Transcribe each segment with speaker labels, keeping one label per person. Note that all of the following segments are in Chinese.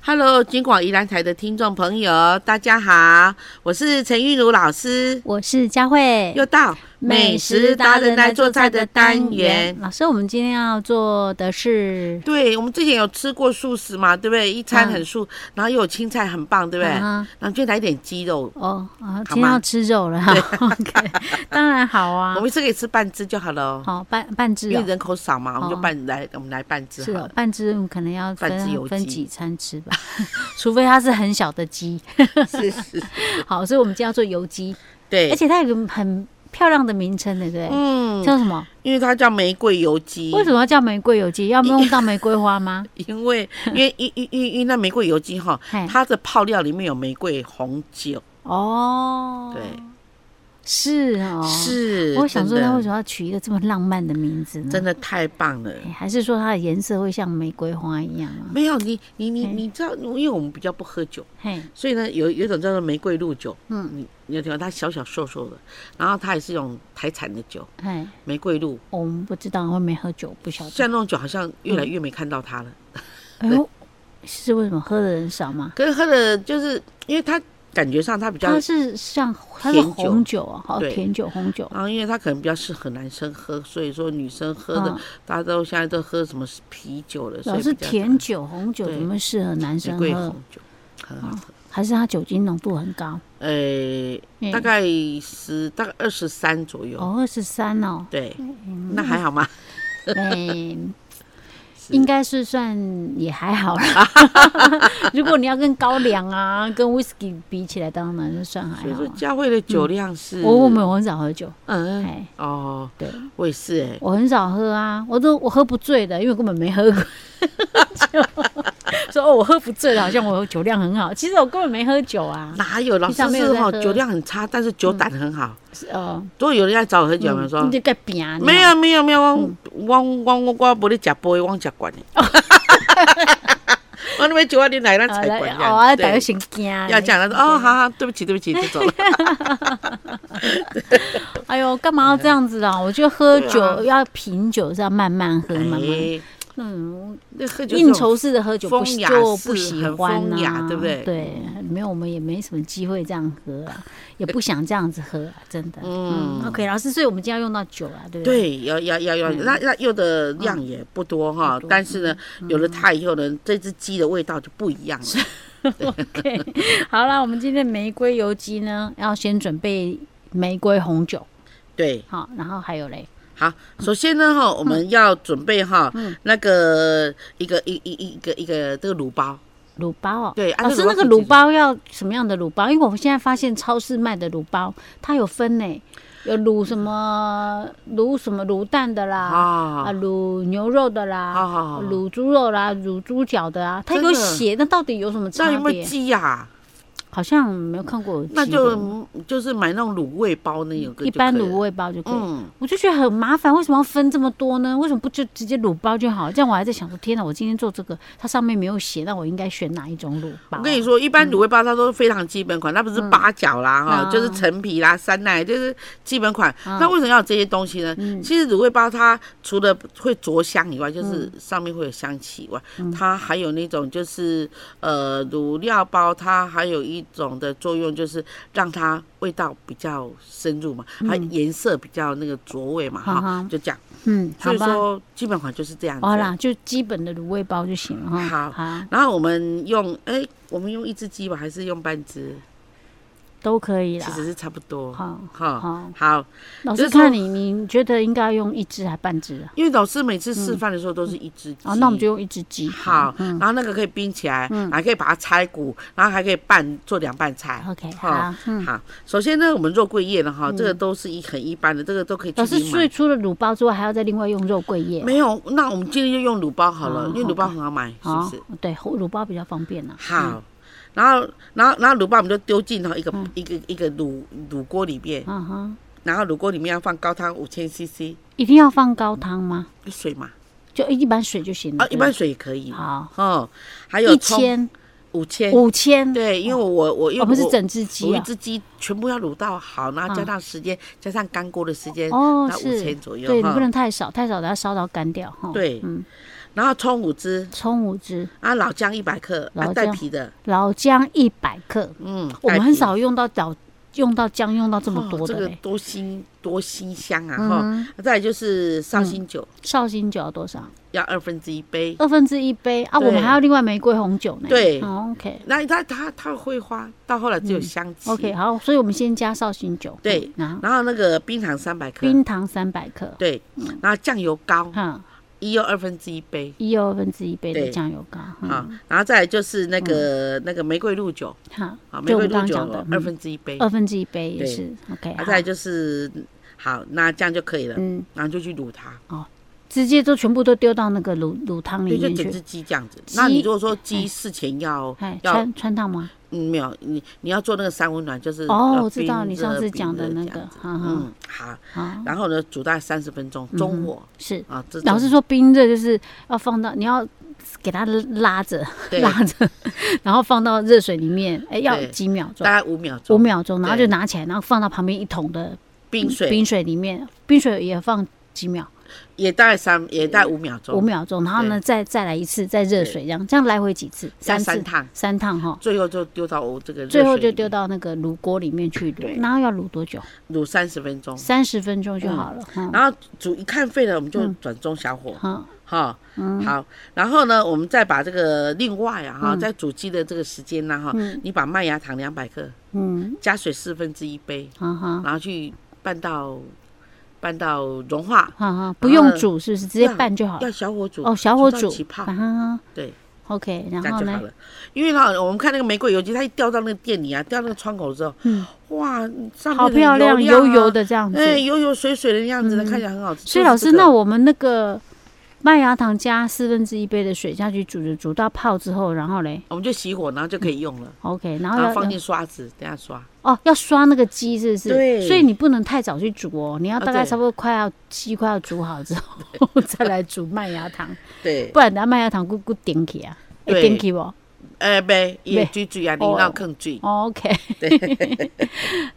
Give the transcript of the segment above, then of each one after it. Speaker 1: Hello，金广宜兰台的听众朋友，大家好，我是陈玉茹老师，
Speaker 2: 我是佳慧。
Speaker 1: 又到
Speaker 2: 老师，我们今天要做的是，
Speaker 1: 对，我们之前有吃过素食嘛，对不对？一餐很
Speaker 2: 啊
Speaker 1: 素，然后又有青菜，很棒，对不对？
Speaker 2: 嗯哼
Speaker 1: 然后就来点鸡肉，
Speaker 2: 哦啊，
Speaker 1: 好
Speaker 2: 今天
Speaker 1: 吗
Speaker 2: 要吃肉了。OK，当然好啊
Speaker 1: 我，们是可以吃半只就好了哦，
Speaker 2: 好半半只
Speaker 1: 因为
Speaker 2: 哦，
Speaker 1: 人口少嘛，我们就
Speaker 2: 哦
Speaker 1: 半来，我们来半只
Speaker 2: 是
Speaker 1: 好
Speaker 2: 哦
Speaker 1: 了，，
Speaker 2: 半只我们可能要
Speaker 1: 半只油
Speaker 2: 分分
Speaker 1: 鸡
Speaker 2: 几餐吃吧， 除非它是很小 的鸡。
Speaker 1: 是是，
Speaker 2: 好，所以我们今天要做油鸡，哦而
Speaker 1: 对，
Speaker 2: 且它有个很漂亮的名称，对不对？
Speaker 1: 嗯，
Speaker 2: 叫什么？
Speaker 1: 因为它叫玫瑰油鸡，
Speaker 2: 为什么要叫玫瑰油鸡？要用到玫瑰花吗？
Speaker 1: 因为因为因因因因为那玫瑰油鸡哈，
Speaker 2: 嘿，
Speaker 1: 它的泡料里面有玫瑰红酒，
Speaker 2: 哦，
Speaker 1: 对，
Speaker 2: 是哦，。
Speaker 1: 是，
Speaker 2: 我想说，
Speaker 1: 真的
Speaker 2: 他为什么嗯要取一个这么浪漫的名字呢？
Speaker 1: 真的太棒了。
Speaker 2: 哎，还是说它的颜色会像玫瑰花一样啊？
Speaker 1: 没有你你你
Speaker 2: 嘿
Speaker 1: 你知道，因为我们比较不喝酒，
Speaker 2: 嘿，
Speaker 1: 所以呢，有有一种叫做玫瑰露酒，
Speaker 2: 嗯，
Speaker 1: 你你有听过？它小小瘦瘦的，然后它也是用台产的酒，
Speaker 2: 嘿，
Speaker 1: 玫瑰露。
Speaker 2: 我们不知道，我没喝酒，不晓得。
Speaker 1: 像那种酒好像越来越没看到它了，
Speaker 2: 哎呦，是为什么喝的人少吗？
Speaker 1: 可是喝的就是因为它感觉上它比较
Speaker 2: 它，是像它是
Speaker 1: 甜酒
Speaker 2: 红酒啊，哦，
Speaker 1: 对
Speaker 2: 甜酒、红酒。
Speaker 1: 然后因为它可能比较适合男生喝，所以说女生喝的
Speaker 2: 嗯
Speaker 1: 大家都现在都喝什么啤酒了，所
Speaker 2: 老
Speaker 1: 以
Speaker 2: 是
Speaker 1: 比较
Speaker 2: 甜酒、红酒
Speaker 1: 对
Speaker 2: 怎么会适合男
Speaker 1: 玫
Speaker 2: 生
Speaker 1: 瑰
Speaker 2: 喝哦
Speaker 1: 红？酒很好喝。
Speaker 2: 还是它酒精浓度很高？
Speaker 1: 呃，
Speaker 2: 嗯
Speaker 1: 大概十大概二十三左右，
Speaker 2: 哦，二十三哦，
Speaker 1: 对，那还好吗？
Speaker 2: 哎，
Speaker 1: 是
Speaker 2: 应该是算也还好啦。 如果你要跟高粱啊、跟 whisky 比起来，当然是算还
Speaker 1: 所以
Speaker 2: 好
Speaker 1: 说
Speaker 2: 啊。嗯
Speaker 1: 佳慧的酒量是，
Speaker 2: 我我没有很少喝酒，
Speaker 1: 嗯
Speaker 2: 哎，
Speaker 1: 哦，
Speaker 2: 对
Speaker 1: 我也是哎，
Speaker 2: 我很少喝啊，我都我喝不醉的，因为我根本 没喝过。就说哦，我喝不醉的，好像我酒量很好，其实我根本没喝酒啊。
Speaker 1: 哪有老
Speaker 2: 平
Speaker 1: 师
Speaker 2: 常没有
Speaker 1: 是
Speaker 2: 在
Speaker 1: 哈
Speaker 2: 喝
Speaker 1: 酒量很差，但是酒胆很好。
Speaker 2: 是哦，
Speaker 1: 如果有人来找我喝酒，有没有说
Speaker 2: 你？就该扁啊，你
Speaker 1: 没
Speaker 2: 知道吗
Speaker 1: 有没有没有，我
Speaker 2: 嗯
Speaker 1: 我我我我不咧食杯，我食 罐的。我那边酒啊，你来咱
Speaker 2: 啊
Speaker 1: 才
Speaker 2: 来
Speaker 1: 管这
Speaker 2: 哦，啊
Speaker 1: 样。
Speaker 2: 大家
Speaker 1: 对，
Speaker 2: 先惊。
Speaker 1: 要这样，他说哦，好好，对不起对不起，就走 了。
Speaker 2: 哎呦，干嘛要这样子啊？我觉得喝
Speaker 1: 对啊
Speaker 2: 酒要品酒是要慢慢喝，慢慢。
Speaker 1: 哎，
Speaker 2: 嗯，
Speaker 1: 那喝酒这
Speaker 2: 应
Speaker 1: 种
Speaker 2: 酬式的喝酒不
Speaker 1: 风
Speaker 2: 喜
Speaker 1: 雅
Speaker 2: 就
Speaker 1: 式
Speaker 2: 不喜
Speaker 1: 很
Speaker 2: 欢
Speaker 1: 风雅
Speaker 2: 啊，
Speaker 1: 对不对
Speaker 2: 对，没有我们也没什么机会这样喝啊，也不想这样子喝啊，真的。
Speaker 1: 嗯
Speaker 2: 嗯，OK，老师，所以我们今天要用到酒啊，对不对？
Speaker 1: 对，要要要要，那那有的量也不多哈
Speaker 2: 不，多嗯
Speaker 1: 但是呢，有了它以后呢，这只鸡的味道就不一样了。
Speaker 2: OK，好啦，我们今天玫瑰油鸡呢，要先准备玫瑰红酒，
Speaker 1: 对，
Speaker 2: 好，然后还有嘞，
Speaker 1: 好，首先呢哈，我们要准备哈
Speaker 2: 嗯
Speaker 1: 那个一个一一一一个一个这个卤包，
Speaker 2: 卤包哦。
Speaker 1: 对，啊
Speaker 2: 老师，那个卤，包要什么样的卤包？因为我们现在发现超市卖的卤包，它有分呢，有卤什么卤什么卤蛋的
Speaker 1: 可以
Speaker 2: 啦，啊
Speaker 1: 啊，
Speaker 2: 卤牛肉的
Speaker 1: 好
Speaker 2: 啦，
Speaker 1: 好好，卤，
Speaker 2: 卤猪肉啦，卤猪脚的啊，它
Speaker 1: 哦真
Speaker 2: 有
Speaker 1: 的
Speaker 2: 写，那到底有什么
Speaker 1: 那有
Speaker 2: 差
Speaker 1: 没有
Speaker 2: 别？
Speaker 1: 鸡呀？
Speaker 2: 好像没有看过有鸡的，
Speaker 1: 那就嗯就是买那种卤味包那有个就可
Speaker 2: 一
Speaker 1: 以
Speaker 2: 般
Speaker 1: 了
Speaker 2: 卤，味包就可以了。
Speaker 1: 嗯，
Speaker 2: 我就觉得很麻烦，为什么要分这么多呢？为什么不就直接卤包就好？这样我还在想说，天哪，我今天做这个，它上面没有写，那我应该选哪一种卤包、啊
Speaker 1: 我跟你，说，一般卤味包它都是非常基本款，它不是
Speaker 2: 嗯
Speaker 1: 八角啦哈，
Speaker 2: 啊
Speaker 1: 就是陈皮啦、酸奶，就是基本款。
Speaker 2: 啊
Speaker 1: 那为什么要有这些东西呢？
Speaker 2: 嗯
Speaker 1: 其实卤味包它除了会着香以外，
Speaker 2: 嗯
Speaker 1: 就是上面会有香气以外，它还有那种就是呃卤料包，它还有一种的作用就是让它味道比较深入嘛，它颜色比较那个着味嘛
Speaker 2: 嗯哈
Speaker 1: 哈
Speaker 2: 哈，
Speaker 1: 就这样。
Speaker 2: 嗯，
Speaker 1: 所
Speaker 2: 好
Speaker 1: 以
Speaker 2: 吧，
Speaker 1: 说基本款就是这样子。
Speaker 2: 好啦，就基本的卤味包就行了哈。
Speaker 1: 好然后我们用哎，我们用一只鸡吧，还是用半只？
Speaker 2: 都可以啦
Speaker 1: 其。实是差不多。
Speaker 2: 好，
Speaker 1: 哈，
Speaker 2: 好，
Speaker 1: 好，
Speaker 2: 老
Speaker 1: 就是
Speaker 2: 师
Speaker 1: 说
Speaker 2: 看你，你觉得应该用一只还半只啊？
Speaker 1: 因为老师每次示范的时候都是一只鸡，
Speaker 2: 啊，那我们就嗯用一只鸡。
Speaker 1: 好，然后那个可以冰起来，还可以把它拆骨，然后还可以拌做凉拌菜。
Speaker 2: ，OK，
Speaker 1: 好
Speaker 2: 好，嗯。
Speaker 1: 好，首先呢，我们肉桂叶呢，哈，这个都是一很一般的，这个都可以去
Speaker 2: 老师，
Speaker 1: 买
Speaker 2: 所以除了卤包之外，还要再另外用肉桂叶。
Speaker 1: 没有，那我们今天就用卤包好了，
Speaker 2: 哦
Speaker 1: 因为卤包很好买，是不
Speaker 2: 哦
Speaker 1: 是？，
Speaker 2: 对，卤包比较方便啊。
Speaker 1: 好，然后，然后，然后卤包我们就丢进到一个一个一个卤卤锅里面，
Speaker 2: 嗯哼，
Speaker 1: 然后卤锅里面要放高汤五千 CC
Speaker 2: 一定要放高汤吗？
Speaker 1: 水嘛，
Speaker 2: 就一般水就行了。
Speaker 1: 啊，一
Speaker 2: 嗯对吧
Speaker 1: 般水也可以。
Speaker 2: 好，
Speaker 1: 哦，还有
Speaker 2: 一
Speaker 1: 葱
Speaker 2: 千
Speaker 1: 五千，
Speaker 2: 五千，
Speaker 1: 对，因为我我因为
Speaker 2: 我
Speaker 1: 我
Speaker 2: 们是整只鸡
Speaker 1: 我一
Speaker 2: 啊。嗯
Speaker 1: 只鸡全部要卤到好，然后加上时间，加上干锅的时间，
Speaker 2: 哦，
Speaker 1: 那五
Speaker 2: 是
Speaker 1: 千，左右
Speaker 2: 对你
Speaker 1: 哈
Speaker 2: 不能太少，太少等下烧到干掉哈。
Speaker 1: 对
Speaker 2: 嗯，
Speaker 1: 然后葱五支，
Speaker 2: 葱五支，
Speaker 1: 啊老姜一百克，啊
Speaker 2: 老
Speaker 1: 带
Speaker 2: 姜
Speaker 1: 皮的，
Speaker 2: 老姜一百克。
Speaker 1: 嗯，
Speaker 2: 我们
Speaker 1: 带
Speaker 2: 很
Speaker 1: 皮
Speaker 2: 少用到老用到姜用到这么
Speaker 1: 哦
Speaker 2: 多
Speaker 1: 这
Speaker 2: 的
Speaker 1: 个
Speaker 2: 嘞。嗯
Speaker 1: 多辛多辛香啊哈、再来就是绍兴酒，
Speaker 2: 绍兴酒要多少？
Speaker 1: 要二分之一杯。
Speaker 2: 二分之一杯啊，
Speaker 1: 对
Speaker 2: 我们还要另外玫瑰红酒呢。
Speaker 1: 对
Speaker 2: 哦，OK
Speaker 1: 那它它它会花，到后来只有香气。
Speaker 2: 嗯 OK，好，所以我们先加绍兴酒。
Speaker 1: 对
Speaker 2: 嗯然后
Speaker 1: 然后那个冰糖三百克，
Speaker 2: 冰嗯糖三百克，
Speaker 1: 对，然后酱油膏
Speaker 2: 哈，
Speaker 1: 一又二分之一杯
Speaker 2: 一又二分之一杯的
Speaker 1: 对
Speaker 2: 酱油膏，哈，
Speaker 1: 啊，然后再来就是那个那个玫瑰露酒
Speaker 2: 哈，
Speaker 1: 啊，玫
Speaker 2: 嗯就我
Speaker 1: 瑰
Speaker 2: 们
Speaker 1: 露
Speaker 2: 刚刚
Speaker 1: 酒
Speaker 2: 讲的嗯
Speaker 1: 二分之一杯，
Speaker 2: 二分之一杯也
Speaker 1: 对
Speaker 2: 是 OK，
Speaker 1: 啊，
Speaker 2: 好
Speaker 1: 再来就是好，那这样就可以了，
Speaker 2: 嗯，
Speaker 1: 然后就去卤它，
Speaker 2: 直接就全部都丢到那个卤卤汤
Speaker 1: 对，
Speaker 2: 里
Speaker 1: 就
Speaker 2: 面
Speaker 1: 整
Speaker 2: 去。
Speaker 1: 只鸡这样子。
Speaker 2: 鸡嗯
Speaker 1: 那你如果说鸡事前要
Speaker 2: 哎，
Speaker 1: 要
Speaker 2: 穿穿烫吗？
Speaker 1: 嗯，没有，你你要做那个三温暖，就是
Speaker 2: 哦，
Speaker 1: 要
Speaker 2: 我知道
Speaker 1: 冰
Speaker 2: 你上
Speaker 1: 热
Speaker 2: 次
Speaker 1: 冰
Speaker 2: 讲的
Speaker 1: 热
Speaker 2: 那
Speaker 1: 这
Speaker 2: 个
Speaker 1: 样，子
Speaker 2: 哈哈，
Speaker 1: 嗯，好，
Speaker 2: 好，
Speaker 1: 然后呢，煮大概三十分钟，中火
Speaker 2: 是。
Speaker 1: 啊。这
Speaker 2: 嗯老师
Speaker 1: 种
Speaker 2: 说冰热就是要放到，你要给它拉着
Speaker 1: 对，
Speaker 2: 拉着， 然后放到热水里面，哎，要
Speaker 1: 对
Speaker 2: 几秒钟
Speaker 1: 大，概五秒
Speaker 2: 五
Speaker 1: 钟，
Speaker 2: 秒钟，然后就
Speaker 1: 对
Speaker 2: 拿起来，然后放到旁边一桶的
Speaker 1: 冰水
Speaker 2: 冰水里面，冰水也放几秒，
Speaker 1: 也大概三，也大概五秒
Speaker 2: 五
Speaker 1: 钟，
Speaker 2: 秒钟，然后呢再再来一次，再热水这样，这样来回几次？
Speaker 1: 加
Speaker 2: 三
Speaker 1: 三
Speaker 2: 次，
Speaker 1: 趟，
Speaker 2: 三趟哈。
Speaker 1: 最后就丢到我这个热
Speaker 2: 最后
Speaker 1: 水
Speaker 2: 就
Speaker 1: 里
Speaker 2: 丢到那个卤锅里面去
Speaker 1: 对
Speaker 2: 卤，然后要卤多久？
Speaker 1: 卤三十分钟，
Speaker 2: 三十分钟就好了。嗯
Speaker 1: 然后煮一看沸了，我们就转中小火，
Speaker 2: 好，嗯
Speaker 1: 哈，好，然后呢，我们再把这个另外啊哈，在煮鸡的这个时间呢哈，你把麦芽糖两百克，
Speaker 2: 嗯，
Speaker 1: 加水四分之一杯，
Speaker 2: 好好
Speaker 1: 然后去拌到拌到融化，
Speaker 2: 好好，不用煮是不是？直接拌就好了
Speaker 1: 要。小火煮
Speaker 2: 哦，小火煮
Speaker 1: 到起，泡
Speaker 2: 哈，哈
Speaker 1: 对，
Speaker 2: OK，然
Speaker 1: 这样
Speaker 2: 后
Speaker 1: 就好
Speaker 2: 呢？
Speaker 1: 了。因为呢，我们看那个玫瑰油鸡，它一掉到那个店里啊，掉到那个窗口之后，
Speaker 2: 嗯
Speaker 1: 哇，上面
Speaker 2: 好
Speaker 1: 很
Speaker 2: 漂亮，
Speaker 1: 油
Speaker 2: 油
Speaker 1: 亮啊
Speaker 2: 油，的这样子。嗯
Speaker 1: 哎，油油水水的样子，看起来很好吃。
Speaker 2: 所以
Speaker 1: 就是
Speaker 2: 老师，
Speaker 1: 这个
Speaker 2: 那我们那个麦芽糖加四分之一杯的水下去煮，煮煮到泡之后，然后嘞
Speaker 1: 我们就熄火，然后就可以用了，
Speaker 2: ，OK，然后
Speaker 1: 然后
Speaker 2: 要
Speaker 1: 放进刷子，等下刷。
Speaker 2: 哦，要刷那个鸡是不是？
Speaker 1: 对
Speaker 2: 所以你不能太早去煮哦，你要
Speaker 1: 啊
Speaker 2: 大概
Speaker 1: 对
Speaker 2: 差不多快要鸡快要煮好之 后 再来煮麦芽糖，
Speaker 1: 对，
Speaker 2: 不然等下麦芽糖咕咕顶起啊，会
Speaker 1: 对
Speaker 2: 顶起不？哦
Speaker 1: 哎呗，也
Speaker 2: 不
Speaker 1: 追追啊，你
Speaker 2: 哦
Speaker 1: 让更追。
Speaker 2: ，OK。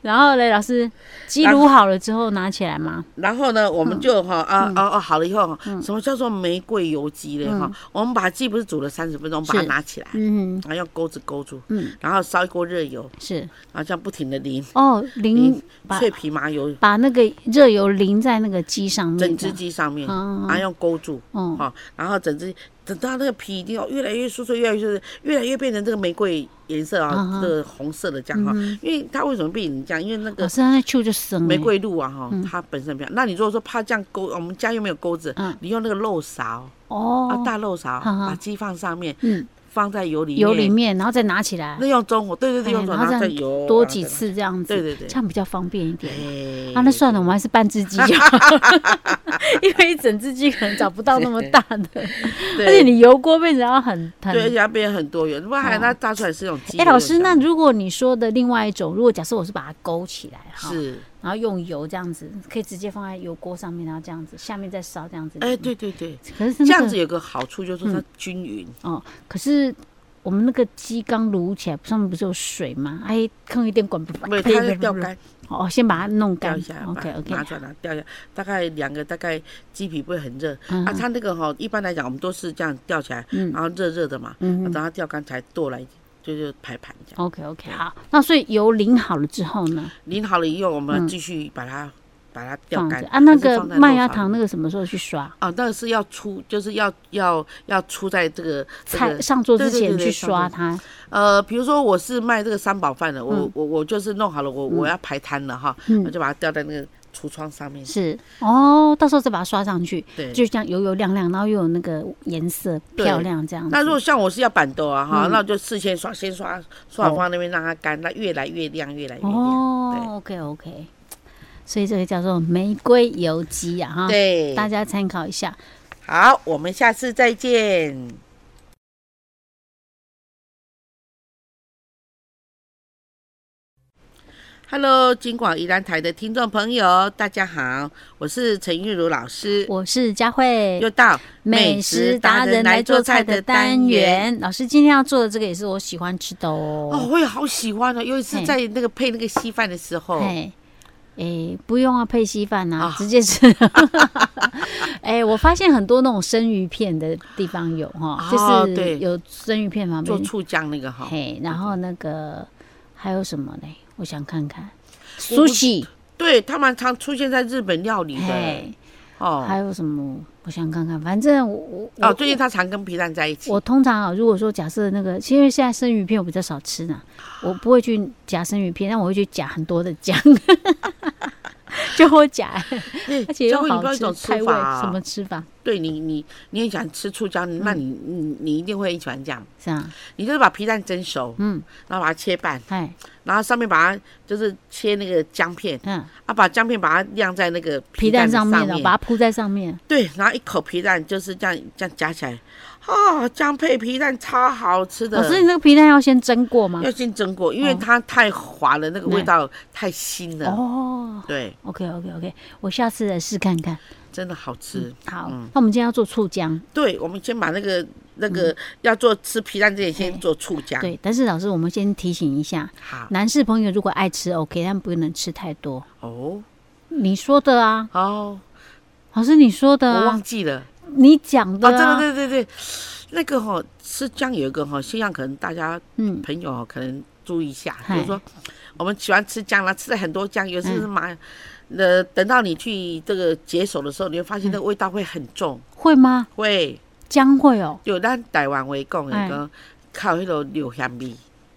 Speaker 2: 然 后嘞，老师，鸡卤好了之后拿起来吗？
Speaker 1: 然后呢，我们
Speaker 2: 嗯
Speaker 1: 就哈啊哦哦好了以后，什么叫做玫瑰油鸡嘞哈？我们把鸡不是煮了三十分钟，把它
Speaker 2: 嗯是
Speaker 1: 拿起来，
Speaker 2: 嗯，
Speaker 1: 然后用钩子勾住，
Speaker 2: 嗯
Speaker 1: 然后烧一锅热油，
Speaker 2: 是。
Speaker 1: 然后这样不停的淋
Speaker 2: 哦，淋
Speaker 1: 淋
Speaker 2: 把
Speaker 1: 脆皮麻油，
Speaker 2: 把那个热油淋在那个鸡上面，
Speaker 1: 整只鸡上面，
Speaker 2: 嗯
Speaker 1: 然后用勾住，
Speaker 2: 嗯
Speaker 1: 哈，然后整只等到那个皮一定要越来越酥脆，越来越酥脆，越来越变成这个玫瑰颜色
Speaker 2: 嗯
Speaker 1: 啊，
Speaker 2: 嗯
Speaker 1: 这个红色的这样哈，因为它为什么变成这样？因为那
Speaker 2: 老
Speaker 1: 个
Speaker 2: 师他那球就生了
Speaker 1: 玫，瑰露啊，哈，
Speaker 2: 嗯
Speaker 1: 它本身比较。那你如果说怕这样勾，我们家又没有钩子
Speaker 2: 嗯，
Speaker 1: 你用那个漏勺啊，
Speaker 2: 哦，
Speaker 1: 大漏勺，
Speaker 2: 嗯嗯
Speaker 1: 把鸡放上面，
Speaker 2: 嗯，
Speaker 1: 放在油里面，
Speaker 2: 油里面，然后再拿起来
Speaker 1: 那，用中火，对对对，
Speaker 2: 哎
Speaker 1: 用中火，
Speaker 2: 然后
Speaker 1: 然后
Speaker 2: 这
Speaker 1: 再
Speaker 2: 样
Speaker 1: 油
Speaker 2: 多几，次这样子，
Speaker 1: 对对对
Speaker 2: 这样比较方便一点。
Speaker 1: 哎
Speaker 2: 啊，那算了，我们还是半只鸡就好， 因为一整只鸡可能找不到那么大的，而且
Speaker 1: 对，
Speaker 2: 你油锅变成要很很。哦
Speaker 1: 对，而且它变很多元，不然它炸出来是那种鸡
Speaker 2: 哎，
Speaker 1: 的
Speaker 2: 老师，
Speaker 1: 香
Speaker 2: 那如果你说的另外一种，如果假设我是把它勾起来哈，
Speaker 1: 是，
Speaker 2: 然后用油这样子，可以直接放在油锅上面，然后这样子，下面再烧这样子。
Speaker 1: 哎，对对对，
Speaker 2: 可是
Speaker 1: 这
Speaker 2: 那
Speaker 1: 样
Speaker 2: 个嗯
Speaker 1: 子有个好处就是说它均匀，
Speaker 2: 哦，可是我们那个鸡刚卤起来，上面不是有水吗？哎，坑一点滚，
Speaker 1: 不是它是掉干，
Speaker 2: 哦，先把它弄
Speaker 1: 掉
Speaker 2: 干
Speaker 1: 一下，
Speaker 2: ，OK
Speaker 1: 把
Speaker 2: OK，
Speaker 1: 拿出来拿掉一下，大概两个，大概鸡皮不会很热，
Speaker 2: 嗯
Speaker 1: 啊，它那个哈、一般来讲我们都是这样吊起来，
Speaker 2: 嗯
Speaker 1: 然后热热的嘛，
Speaker 2: 嗯
Speaker 1: 等它吊干才剁来，就就排盘这样。
Speaker 2: ，OK OK，好，那所以油淋好了之后呢，
Speaker 1: 淋好了以后，我们继续把它、把它吊
Speaker 2: 放
Speaker 1: 干
Speaker 2: 着啊，那
Speaker 1: 还是
Speaker 2: 个
Speaker 1: 放在
Speaker 2: 麦
Speaker 1: 肉
Speaker 2: 芽
Speaker 1: 上
Speaker 2: 糖那
Speaker 1: 面
Speaker 2: 个什么时候去刷？
Speaker 1: 哦，那个是要出，就是要要要出在这个这
Speaker 2: 菜
Speaker 1: 个
Speaker 2: 上桌之
Speaker 1: 对对对
Speaker 2: 前
Speaker 1: 对
Speaker 2: 去
Speaker 1: 上
Speaker 2: 刷
Speaker 1: 桌
Speaker 2: 它，
Speaker 1: 呃，比如说我是卖这个三宝饭的，我、
Speaker 2: 嗯
Speaker 1: 我我就是弄好了，我、我要排摊了哈，我就把它吊在那个橱窗上面，
Speaker 2: 是哦，到时候再把它刷上去，
Speaker 1: 对。
Speaker 2: 就这样油油亮亮，然后又有那个颜色
Speaker 1: 对
Speaker 2: 漂亮这样子。
Speaker 1: 那如果像我是要板豆啊
Speaker 2: 嗯
Speaker 1: 哈，那我就事先刷，先刷刷好放在那边让它干，那越来越亮，越来越亮。
Speaker 2: 哦，OK OK，所以这个叫做玫瑰油鸡呀、啊、哈，
Speaker 1: 对，
Speaker 2: 大家参考一下。
Speaker 1: 好，我们下次再见。Hello，金广宜兰台的听众朋友，大家好，我是陈玉茹老师，
Speaker 2: 我是佳慧，
Speaker 1: 又到
Speaker 2: 美食达人来做菜的单。元。老师今天要做的这个也是我喜欢吃的哦。
Speaker 1: 哦，我也好喜欢哦，尤其
Speaker 2: 嘿
Speaker 1: 是在那个配那个稀饭的时候，
Speaker 2: 哎、哎，哎，不用啊，配稀饭呐、
Speaker 1: 哦啊
Speaker 2: 直接吃。 哎，我发现很多那种生鱼片的地方有哈，
Speaker 1: 哦
Speaker 2: 就
Speaker 1: 对
Speaker 2: 是有生鱼片旁
Speaker 1: 做
Speaker 2: 边，
Speaker 1: 醋酱那个哈，
Speaker 2: 嘿，然后那个还有什么呢？我想看看，
Speaker 1: 我不
Speaker 2: 苏西，
Speaker 1: 对他们常出现在日本料理的
Speaker 2: 嘿，还
Speaker 1: 哦。
Speaker 2: 有什么？我想看看，反正我我
Speaker 1: 哦，最近他常跟皮蛋在一起
Speaker 2: 我通常啊，如果说假设那个，因为现在生鱼片我比较少吃呢，
Speaker 1: 啊
Speaker 2: 我不会去夹生鱼片，但我会去夹很多的 酱，就会夹，
Speaker 1: 嘿，
Speaker 2: 而且
Speaker 1: 教
Speaker 2: 又
Speaker 1: 会你
Speaker 2: 好
Speaker 1: 不要一
Speaker 2: 吃
Speaker 1: 种，
Speaker 2: 开
Speaker 1: 吃
Speaker 2: 胃
Speaker 1: 法
Speaker 2: 什
Speaker 1: 啊
Speaker 2: 么，吃法
Speaker 1: 对你你你也想吃醋酱，
Speaker 2: 嗯
Speaker 1: 那你你你一定会喜欢这样。
Speaker 2: 是啊，
Speaker 1: 你就是把皮蛋蒸熟，
Speaker 2: 嗯，哎
Speaker 1: 然后把它切半，
Speaker 2: 嗨，
Speaker 1: 然后上面把它就是切那个姜片，
Speaker 2: 嗯，
Speaker 1: 啊，把姜片把它晾在那个
Speaker 2: 皮
Speaker 1: 蛋
Speaker 2: 蛋
Speaker 1: 的
Speaker 2: 上面
Speaker 1: 面
Speaker 2: 的，把它铺在上面，
Speaker 1: 对，然后一口皮蛋就是这样这样夹起来，啊，酱配皮蛋超好吃的。
Speaker 2: 老师，你哦那个皮蛋要先蒸过吗
Speaker 1: 要？先蒸过，因为
Speaker 2: 哦
Speaker 1: 它太滑了，那个味道太腥了。
Speaker 2: 哦
Speaker 1: 对，
Speaker 2: ，OK OK OK，我下次来试看看。
Speaker 1: 真的好吃。
Speaker 2: 好，
Speaker 1: 嗯
Speaker 2: 那我们今天要做醋姜，
Speaker 1: 对，我们先把那个那个、要做吃皮蛋之前，先做醋酱。，
Speaker 2: 嗯对，但是老师，我们先提醒一下，
Speaker 1: 啊好
Speaker 2: 男士朋友如果爱吃 OK，但不能吃太多。
Speaker 1: 哦
Speaker 2: 你说的啊，
Speaker 1: 哦，
Speaker 2: 老师你说的、
Speaker 1: 我
Speaker 2: 啊
Speaker 1: 忘，记了。
Speaker 2: 你讲的、
Speaker 1: 哦，
Speaker 2: 啊，
Speaker 1: 对对对对对，那个哈、吃姜有一个哈、现象，可能大家
Speaker 2: 嗯，
Speaker 1: 朋友、哦、可能注意一下，比
Speaker 2: 嗨嗯
Speaker 1: 如说我们喜欢吃姜啦，吃了很多姜，有时候是麻。呃，等到你去这个解手的时候，你会发现那个味道会很重，
Speaker 2: 会吗？
Speaker 1: 会
Speaker 2: 姜会哦，
Speaker 1: 有咱台湾为讲的
Speaker 2: 哎
Speaker 1: 讲靠迄个留香味，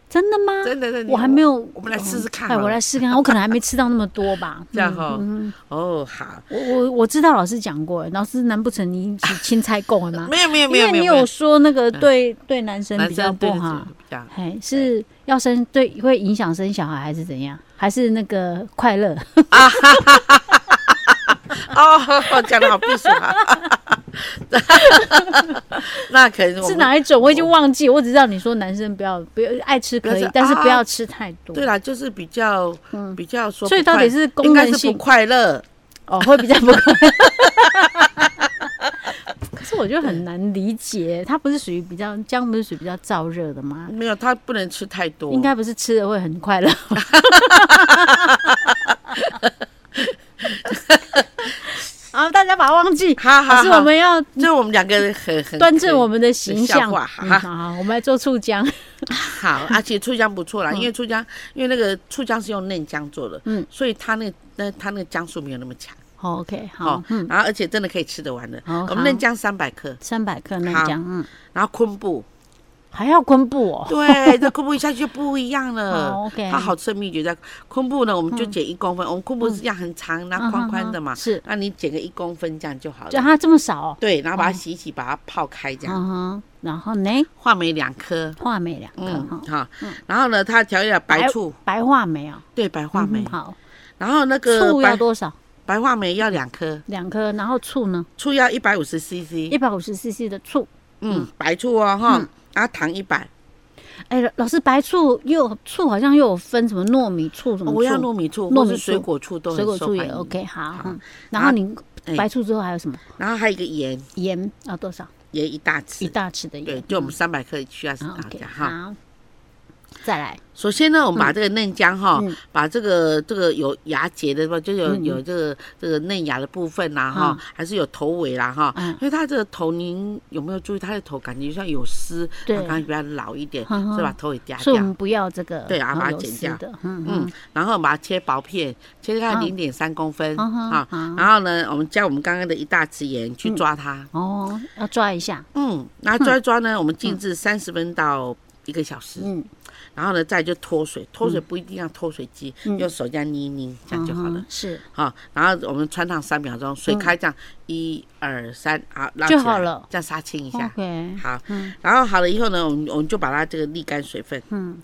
Speaker 2: 真的吗？
Speaker 1: 真的真的。
Speaker 2: 我还没有，我
Speaker 1: 我们来试试看
Speaker 2: 哎，
Speaker 1: 好了。
Speaker 2: 我来试看看，我可能还没吃到那么多吧
Speaker 1: 这样哈、
Speaker 2: 嗯，
Speaker 1: 哦，好，
Speaker 2: 我我我知道老师讲过，老师难不成你是青菜供了吗？
Speaker 1: 没有没有没
Speaker 2: 因
Speaker 1: 有
Speaker 2: 为
Speaker 1: 没
Speaker 2: 你
Speaker 1: 有没有
Speaker 2: 有，说那个对对男生
Speaker 1: 男
Speaker 2: 比较
Speaker 1: 生
Speaker 2: 不
Speaker 1: 对
Speaker 2: 好
Speaker 1: 对，比较
Speaker 2: 哎，是要生对会影响生小孩还是怎样？还是那个快乐？
Speaker 1: 哦，讲的好避暑啊。 那可能我
Speaker 2: 是
Speaker 1: 们
Speaker 2: 哪一种？我已经忘记，我只知道你说男生不要不要爱吃可
Speaker 1: 不要
Speaker 2: 以
Speaker 1: 吃，
Speaker 2: 但是不
Speaker 1: 啊
Speaker 2: 要吃太多。嗯
Speaker 1: 对啦，就是比较、比较说不快，
Speaker 2: 所以到底是功
Speaker 1: 应该
Speaker 2: 能
Speaker 1: 是不
Speaker 2: 性
Speaker 1: 快乐。
Speaker 2: 哦，会比较不快。 可是我就很难理解，它不是属于比较姜，不是属于比较燥热的吗？
Speaker 1: 没有，他不能吃太多。
Speaker 2: 应该不是吃了会很 快乐。好，大家把它忘记，
Speaker 1: 好好
Speaker 2: 可是
Speaker 1: 好
Speaker 2: 我们要
Speaker 1: 就我们两个很很
Speaker 2: 端正我们的形
Speaker 1: 笑
Speaker 2: 象。
Speaker 1: 话
Speaker 2: 嗯
Speaker 1: 哈
Speaker 2: 好，我们来做醋姜。
Speaker 1: 好，而且醋姜不错啦，因为醋姜，因为那个醋姜是用嫩姜做的，嗯
Speaker 2: 嗯，
Speaker 1: 所以它那个那它那个姜素没有那么强，
Speaker 2: 好，OK，
Speaker 1: 哦
Speaker 2: 好，嗯，哦
Speaker 1: 然后而且真的可以吃得完的。
Speaker 2: 好
Speaker 1: 我们嫩姜三百克，
Speaker 2: 三百克嫩
Speaker 1: 好
Speaker 2: 姜，嗯，
Speaker 1: 然后昆布，
Speaker 2: 还要昆布哦。
Speaker 1: 对，这昆布一下去就不一样了。
Speaker 2: 好，OK
Speaker 1: 它好吃的秘诀在昆布呢，我们就剪一公分，我们昆布是这样很长，然后
Speaker 2: 嗯
Speaker 1: 宽宽的嘛
Speaker 2: 嗯嗯，是，
Speaker 1: 那你剪个一公分这样就好
Speaker 2: 就
Speaker 1: 了。
Speaker 2: 它这么少哦。
Speaker 1: 对，然后把它洗一洗，把它泡开这样，
Speaker 2: 嗯哼，然后呢，
Speaker 1: 话梅两颗，
Speaker 2: 话梅两克
Speaker 1: 嗯
Speaker 2: 哈，，
Speaker 1: 好，然后呢，它调一点白
Speaker 2: 白
Speaker 1: 醋，
Speaker 2: 白话梅啊，
Speaker 1: 对，白话梅
Speaker 2: 嗯，好，
Speaker 1: 然后那个
Speaker 2: 醋要
Speaker 1: 白
Speaker 2: 多少？
Speaker 1: 白话梅要两颗，
Speaker 2: 两颗，然后醋呢，
Speaker 1: 醋要一百五十
Speaker 2: 一
Speaker 1: CC，
Speaker 2: 百五十 CC 的醋。
Speaker 1: 嗯，白醋哦哈，然后糖一百，
Speaker 2: 哎，老老师，白醋又有醋好像又有分什么糯米醋什么醋，
Speaker 1: 哦我要糯米醋，
Speaker 2: 哦糯
Speaker 1: 或
Speaker 2: 米
Speaker 1: 是水
Speaker 2: 醋
Speaker 1: 果醋都
Speaker 2: 水
Speaker 1: 很
Speaker 2: 果
Speaker 1: 受
Speaker 2: 醋也
Speaker 1: 欢迎。
Speaker 2: OK 好。
Speaker 1: 好啊
Speaker 2: 嗯，然后你
Speaker 1: 哎
Speaker 2: 白醋之后还有什么？
Speaker 1: 然后还有一个盐，
Speaker 2: 盐要多少？
Speaker 1: 盐一大
Speaker 2: 一
Speaker 1: 匙，
Speaker 2: 大匙的
Speaker 1: 对，
Speaker 2: 盐。
Speaker 1: 就我们三百克需要是
Speaker 2: 啊
Speaker 1: 大
Speaker 2: 嗯，OK，
Speaker 1: 家哈。
Speaker 2: 好。再来，
Speaker 1: 首先呢，我们把这个嫩姜哈
Speaker 2: 嗯，
Speaker 1: 把这个这个有芽节的吧，就有
Speaker 2: 嗯嗯
Speaker 1: 有这个这个嫩芽的部分啦哈
Speaker 2: 嗯，
Speaker 1: 还是有头尾啦哈
Speaker 2: 嗯。
Speaker 1: 因为它这个头，您有没有注意它的头感觉像有丝，它
Speaker 2: 对
Speaker 1: 感觉比较老一点，
Speaker 2: 嗯
Speaker 1: 所以把头给夹
Speaker 2: 所以我
Speaker 1: 掉
Speaker 2: 们。不要这个
Speaker 1: 对啊把它
Speaker 2: 有
Speaker 1: 剪
Speaker 2: 丝
Speaker 1: 掉
Speaker 2: 的，
Speaker 1: 嗯
Speaker 2: 嗯嗯，，
Speaker 1: 然后把它切薄片，切大概
Speaker 2: 嗯
Speaker 1: 零点三公分
Speaker 2: 嗯哼
Speaker 1: 啊。
Speaker 2: 好
Speaker 1: 然后呢，我们加我们刚刚的一大匙盐去抓它，
Speaker 2: 哦，要抓一下，
Speaker 1: 嗯，然后抓一抓呢，我们静置三十分到一个小时，
Speaker 2: 嗯，
Speaker 1: 然后呢，再就脱水，脱水不一定要脱水机，用手这样捏一捏，这样就好
Speaker 2: 嗯
Speaker 1: 了
Speaker 2: 哼。是
Speaker 1: 好，然后我们穿烫三秒钟，水开这样，一二三，好，拉
Speaker 2: 就
Speaker 1: 起来
Speaker 2: 好了
Speaker 1: 这样杀青一下。
Speaker 2: OK，
Speaker 1: 好
Speaker 2: 嗯，
Speaker 1: 然后好了以后呢，我们我们就把它这个沥干水分。
Speaker 2: 嗯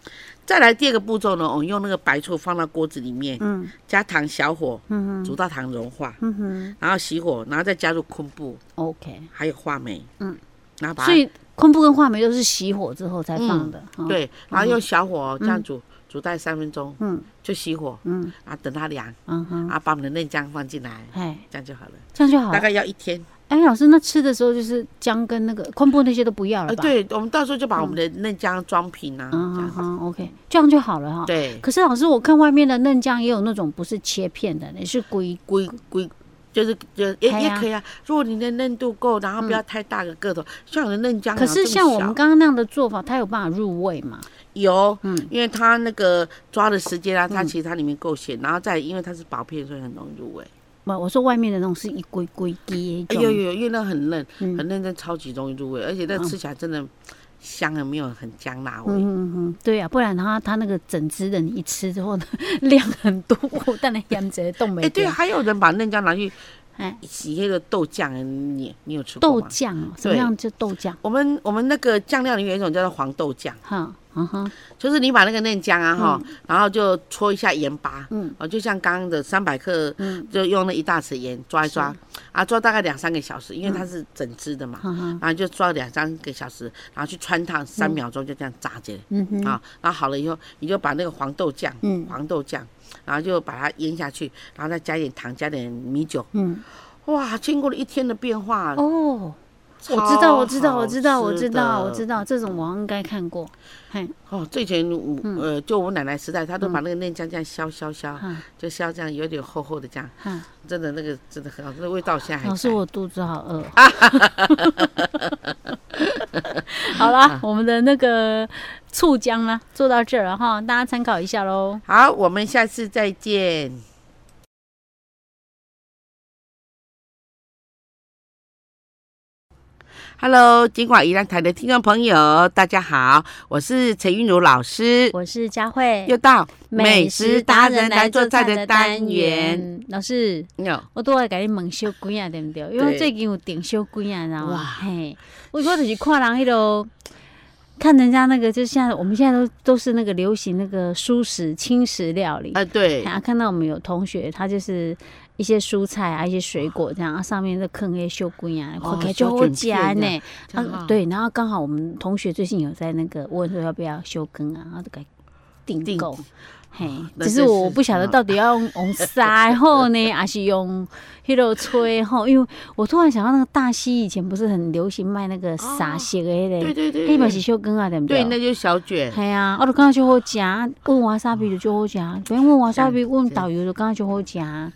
Speaker 1: 再来第二个步骤呢，我们用那个白醋放到锅子里面，
Speaker 2: 嗯
Speaker 1: 加糖小火
Speaker 2: 嗯哼
Speaker 1: 煮到糖融化，
Speaker 2: 嗯哼
Speaker 1: 然后熄火，然后再加入昆布，
Speaker 2: ，OK。
Speaker 1: 还有话梅，
Speaker 2: 嗯，
Speaker 1: 然后把它
Speaker 2: 所以昆布跟话梅都是熄火之后才放的。哦哈，
Speaker 1: 对，然后用小火这样煮，煮大概三分钟，
Speaker 2: 嗯
Speaker 1: 就熄火，啊
Speaker 2: 嗯
Speaker 1: 然后等它凉，啊
Speaker 2: 嗯哼，
Speaker 1: 然后把我们的嫩姜放进来，
Speaker 2: 哎，
Speaker 1: 这样就好了。
Speaker 2: 这样就好
Speaker 1: 大
Speaker 2: 了。
Speaker 1: 概要一天，
Speaker 2: 哎，老师，那吃的时候就是姜跟那个昆布那些都不要
Speaker 1: 呃，
Speaker 2: 了吧？
Speaker 1: 对，我们到时候就把我们的嫩姜装瓶啊，
Speaker 2: 嗯，
Speaker 1: 这
Speaker 2: 嗯
Speaker 1: 样子。
Speaker 2: 嗯，OK，这样就好了哈。
Speaker 1: 对，
Speaker 2: 可是老师，我看外面的嫩姜也有那种不是切片的，也是龟
Speaker 1: 龟龟就是就也
Speaker 2: 哎
Speaker 1: 也
Speaker 2: 呀嗯
Speaker 1: 可以啊。如果你的嫩度够，然后不要太大个个头，像我的嫩姜啊，
Speaker 2: 可是像我
Speaker 1: 这么
Speaker 2: 们
Speaker 1: 小
Speaker 2: 刚刚那样的做法，它有办法入味嘛？
Speaker 1: 有，
Speaker 2: 嗯
Speaker 1: 因为它那个抓的时间啊，它其实它里面够咸，然后再因为它是薄片，所以很容易入味。
Speaker 2: 我我说外面的那种是一龟龟鸡
Speaker 1: 哎
Speaker 2: 那
Speaker 1: 呦
Speaker 2: 种，
Speaker 1: 呦，因为那很嫩，
Speaker 2: 嗯哦
Speaker 1: 很嫩，真的超级容易入味，而且那吃起来真的香的，没有很姜辣味。
Speaker 2: 嗯嗯嗯，对啊，不然它它那个整只的你一吃之后呢， 量很多，但你养殖冻没
Speaker 1: 哎，对，还有人把嫩姜拿去
Speaker 2: 哎，
Speaker 1: 洗那个豆酱，你你有吃过
Speaker 2: 豆
Speaker 1: 吗？
Speaker 2: 酱哦，什么
Speaker 1: 对
Speaker 2: 样就豆酱，
Speaker 1: 我们我们那个酱料里面有一种叫做黄豆酱，
Speaker 2: 哈，嗯哼，
Speaker 1: 就是你把那个嫩姜啊哈，然后就搓一下盐巴，
Speaker 2: 嗯
Speaker 1: 哦，就像刚刚的三百克，
Speaker 2: 嗯
Speaker 1: 就用那一大匙盐抓一抓，啊，抓大概两三个小时，因
Speaker 2: 嗯
Speaker 1: 为它是整只的嘛，
Speaker 2: 哈哈，
Speaker 1: 然后就抓两三个小时，然后去穿烫三秒钟，就这样炸起来。
Speaker 2: 嗯哼，
Speaker 1: 啊，然后好了以后，你就把那个黄豆酱，
Speaker 2: 嗯
Speaker 1: 黄豆酱，然后就把它腌下去，然后再加点糖，加点米酒，
Speaker 2: 嗯，
Speaker 1: 哇，经过了一天的变化，
Speaker 2: 哦，
Speaker 1: 超
Speaker 2: 我知道，我知道，我知道，
Speaker 1: 好
Speaker 2: 我
Speaker 1: 吃
Speaker 2: 知道，我
Speaker 1: 的
Speaker 2: 知道，这种我应该看过，嘿，
Speaker 1: 哦，最以前我、
Speaker 2: 嗯
Speaker 1: 呃，就我奶奶时代，她都把那个嫩姜这样削削削，
Speaker 2: 哈
Speaker 1: 就削这样有点厚厚的这样，
Speaker 2: 哈，
Speaker 1: 真的那个真的很好，那个味道现在还
Speaker 2: 老师
Speaker 1: 在
Speaker 2: 我肚子好饿。
Speaker 1: 哎
Speaker 2: 好啦，我们的那个醋姜呢，做到这儿了哈，大家参考一下喽。
Speaker 1: 好，我们下次再见。Hello，金广宜兰台的听众朋友，大家好，我是陈韵如老师，
Speaker 2: 我是佳慧，
Speaker 1: 又到美食达人来做菜的单元。。哦
Speaker 2: 老师，
Speaker 1: No，
Speaker 2: 我都爱甲你问小鬼啊，对不对？因为我最近有订小鬼啊，然后
Speaker 1: 哇
Speaker 2: 嘿，我我就是看人迄、那个。看人家那个，就现在我们现在都都是那个流行那个素食、轻食料理，
Speaker 1: 啊，对，
Speaker 2: 然后看到我们有同学，他就是一些蔬菜啊，一些水果这样，啊、上面的坑些秀龟啊，
Speaker 1: 哦
Speaker 2: 看起来就好
Speaker 1: 小
Speaker 2: 吃
Speaker 1: 卷片这
Speaker 2: 呢
Speaker 1: 样。真的
Speaker 2: 啊
Speaker 1: 哦，
Speaker 2: 对，然后刚好我们同学最近有在那个问说要不要休耕啊，然后就给订
Speaker 1: 订哦
Speaker 2: 购。嘿，
Speaker 1: 那
Speaker 2: 只是
Speaker 1: 真
Speaker 2: 我
Speaker 1: 是
Speaker 2: 不晓得
Speaker 1: 嗯
Speaker 2: 到底要用用塞后呢，还是用迄落吹吼？因为我突然想到那个大溪以前不是很流行卖那个沙
Speaker 1: 哦
Speaker 2: 蟹的那
Speaker 1: 对
Speaker 2: 个，
Speaker 1: 对对
Speaker 2: 黑嘛是
Speaker 1: 对，
Speaker 2: 休耕啊，对不
Speaker 1: 对，那就是小卷，
Speaker 2: 系啊，我就感觉就好食，问瓦沙比就就好食，免问瓦沙比，问导游就感觉就好食。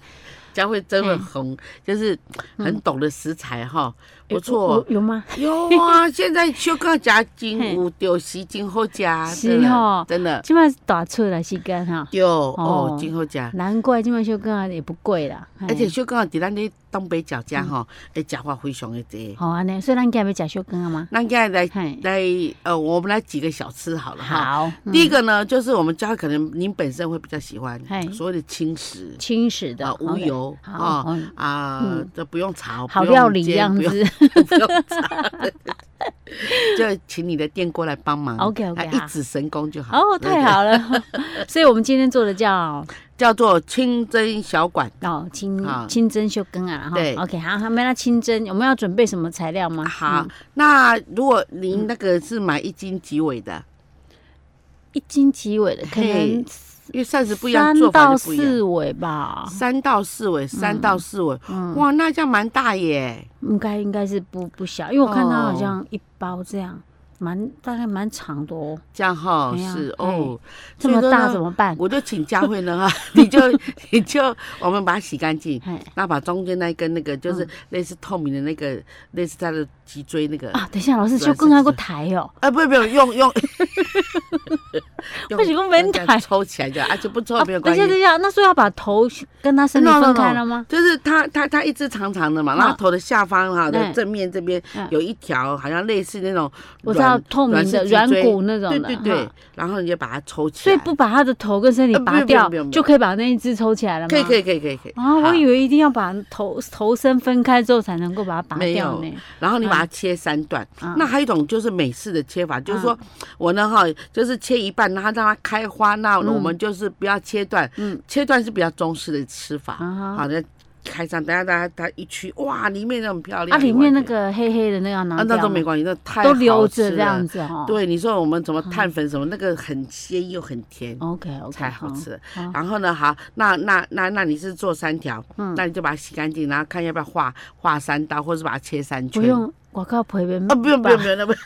Speaker 1: 将会真的
Speaker 2: 嗯
Speaker 1: 红，就是很懂得食材哈，不
Speaker 2: 诶
Speaker 1: 错
Speaker 2: 有。有吗？
Speaker 1: 有啊，现在小哥加金有有时金好加，
Speaker 2: 是
Speaker 1: 真的
Speaker 2: 哦
Speaker 1: 真的
Speaker 2: 即摆大出来时间哈，
Speaker 1: 有
Speaker 2: 哦
Speaker 1: 哦，金好加。
Speaker 2: 难怪即摆小哥啊也不贵啦。嘿
Speaker 1: 而且小哥伫咱咧东北角家吼，诶，食法非常的多。
Speaker 2: 好安尼，所以咱今日食小哥啊吗？
Speaker 1: 那现在来
Speaker 2: 嘿，
Speaker 1: 来呃，我们来几个小吃好了哈。
Speaker 2: 好，嗯
Speaker 1: 第一个呢，就是我们家可能您本身会比较喜欢
Speaker 2: 嘿
Speaker 1: 所谓的轻食
Speaker 2: 轻食的
Speaker 1: 啊，无
Speaker 2: OK，
Speaker 1: 油
Speaker 2: 好
Speaker 1: 啊
Speaker 2: 嗯
Speaker 1: 啊
Speaker 2: 嗯，
Speaker 1: 这不用炒，
Speaker 2: 好
Speaker 1: 不用
Speaker 2: 料理
Speaker 1: 煎
Speaker 2: 这样
Speaker 1: 不用
Speaker 2: 子。
Speaker 1: 不用查，就请你的电锅来帮忙。
Speaker 2: OK，OK，
Speaker 1: 来
Speaker 2: 好
Speaker 1: 一指神功就好。
Speaker 2: 哦，太好 了。所以我们今天做的叫
Speaker 1: 叫做清蒸小馆。
Speaker 2: 哦清
Speaker 1: 好
Speaker 2: 清蒸小羹啊，哈
Speaker 1: 对
Speaker 2: ，OK，好，还没那清蒸，我们要准备什么材料吗？
Speaker 1: 好，
Speaker 2: 嗯，
Speaker 1: 那如果您那个是买一斤几尾的，
Speaker 2: 嗯一斤几尾的，可
Speaker 1: 嘿
Speaker 2: 能
Speaker 1: 因为膳食不一样，做
Speaker 2: 三
Speaker 1: 法
Speaker 2: 到
Speaker 1: 就不一样
Speaker 2: 四。尾吧，
Speaker 1: 三到四
Speaker 2: 嗯
Speaker 1: 尾，三到四尾，哇，那这样蛮大耶。
Speaker 2: 应该应该是不不小，因为我看它好像一包这样，蛮大概蛮长的哦，
Speaker 1: 这样哈
Speaker 2: 哎呀
Speaker 1: 是哦，
Speaker 2: 这
Speaker 1: 所以
Speaker 2: 么
Speaker 1: 说
Speaker 2: 大
Speaker 1: 呢
Speaker 2: 怎么办？
Speaker 1: 我就请佳慧呢哈，你就 你就我们把它洗干净，
Speaker 2: 嘿
Speaker 1: 那把中间那一根那个
Speaker 2: 嗯
Speaker 1: 就是类似透明的那个，类似它的脊椎那个
Speaker 2: 啊，等一下，老师
Speaker 1: 是
Speaker 2: 就
Speaker 1: 是
Speaker 2: 更还有
Speaker 1: 是
Speaker 2: 个台哦，
Speaker 1: 啊，不不用 用，用
Speaker 2: 不是讲免
Speaker 1: 这
Speaker 2: 抬
Speaker 1: 样抽起来就，而且不抽
Speaker 2: 啊
Speaker 1: 也没有关
Speaker 2: 等一下等
Speaker 1: 系。
Speaker 2: 一下，那所以要把头跟它身体
Speaker 1: No, no,
Speaker 2: 分开
Speaker 1: no
Speaker 2: 了吗？
Speaker 1: 就是它它它一只长长的嘛，
Speaker 2: 嗯
Speaker 1: 然后头的下方哈
Speaker 2: 对
Speaker 1: 的正面这边
Speaker 2: 嗯
Speaker 1: 有一条，好像类似那种
Speaker 2: 我知道
Speaker 1: 软
Speaker 2: 透明的
Speaker 1: 式脊
Speaker 2: 软
Speaker 1: 椎
Speaker 2: 骨那种
Speaker 1: 对
Speaker 2: 的
Speaker 1: 对
Speaker 2: 哈
Speaker 1: 对，然后你就把它抽起
Speaker 2: 所
Speaker 1: 来。
Speaker 2: 以不把它的头跟身体
Speaker 1: 呃不
Speaker 2: 拔
Speaker 1: 用不用
Speaker 2: 掉
Speaker 1: 不用不，用
Speaker 2: 就可以把那一只抽起来了吗？
Speaker 1: 可以可以可以可以可以。
Speaker 2: 啊，
Speaker 1: 好
Speaker 2: 我以为一定要把头头身分开之后才能够把它拔
Speaker 1: 没
Speaker 2: 掉
Speaker 1: 有
Speaker 2: 呢。，
Speaker 1: 然后你把它切三段。
Speaker 2: 嗯
Speaker 1: 那还有一种就是美式的切法，就是说我呢哈，就是切一半，然后让它开
Speaker 2: 嗯
Speaker 1: 花。那我们就是不要切断，切断是比较中式的吃法。
Speaker 2: 啊哈
Speaker 1: 好的，开张，等下大家它一去，哇，里面都很漂亮。
Speaker 2: 啊，里面那
Speaker 1: 以外
Speaker 2: 个黑黑的那个要拿
Speaker 1: 啊，那
Speaker 2: 掉
Speaker 1: 都
Speaker 2: 吗
Speaker 1: 没关系，那太
Speaker 2: 都留
Speaker 1: 好吃
Speaker 2: 着这样
Speaker 1: 了。
Speaker 2: 子哦哈。
Speaker 1: 对，你说我们怎么碳粉什么，那个很鲜又很甜，
Speaker 2: ，OK 嗯 OK，
Speaker 1: 太好吃了。
Speaker 2: 好
Speaker 1: 然后呢，好，那那那那你是做三条，
Speaker 2: 嗯
Speaker 1: 那你就把它洗干净，然后看要不要画画三刀，或是把它切三圈。
Speaker 2: 不用广告赔本
Speaker 1: 啊，不用不用不用，那 不
Speaker 2: 嗯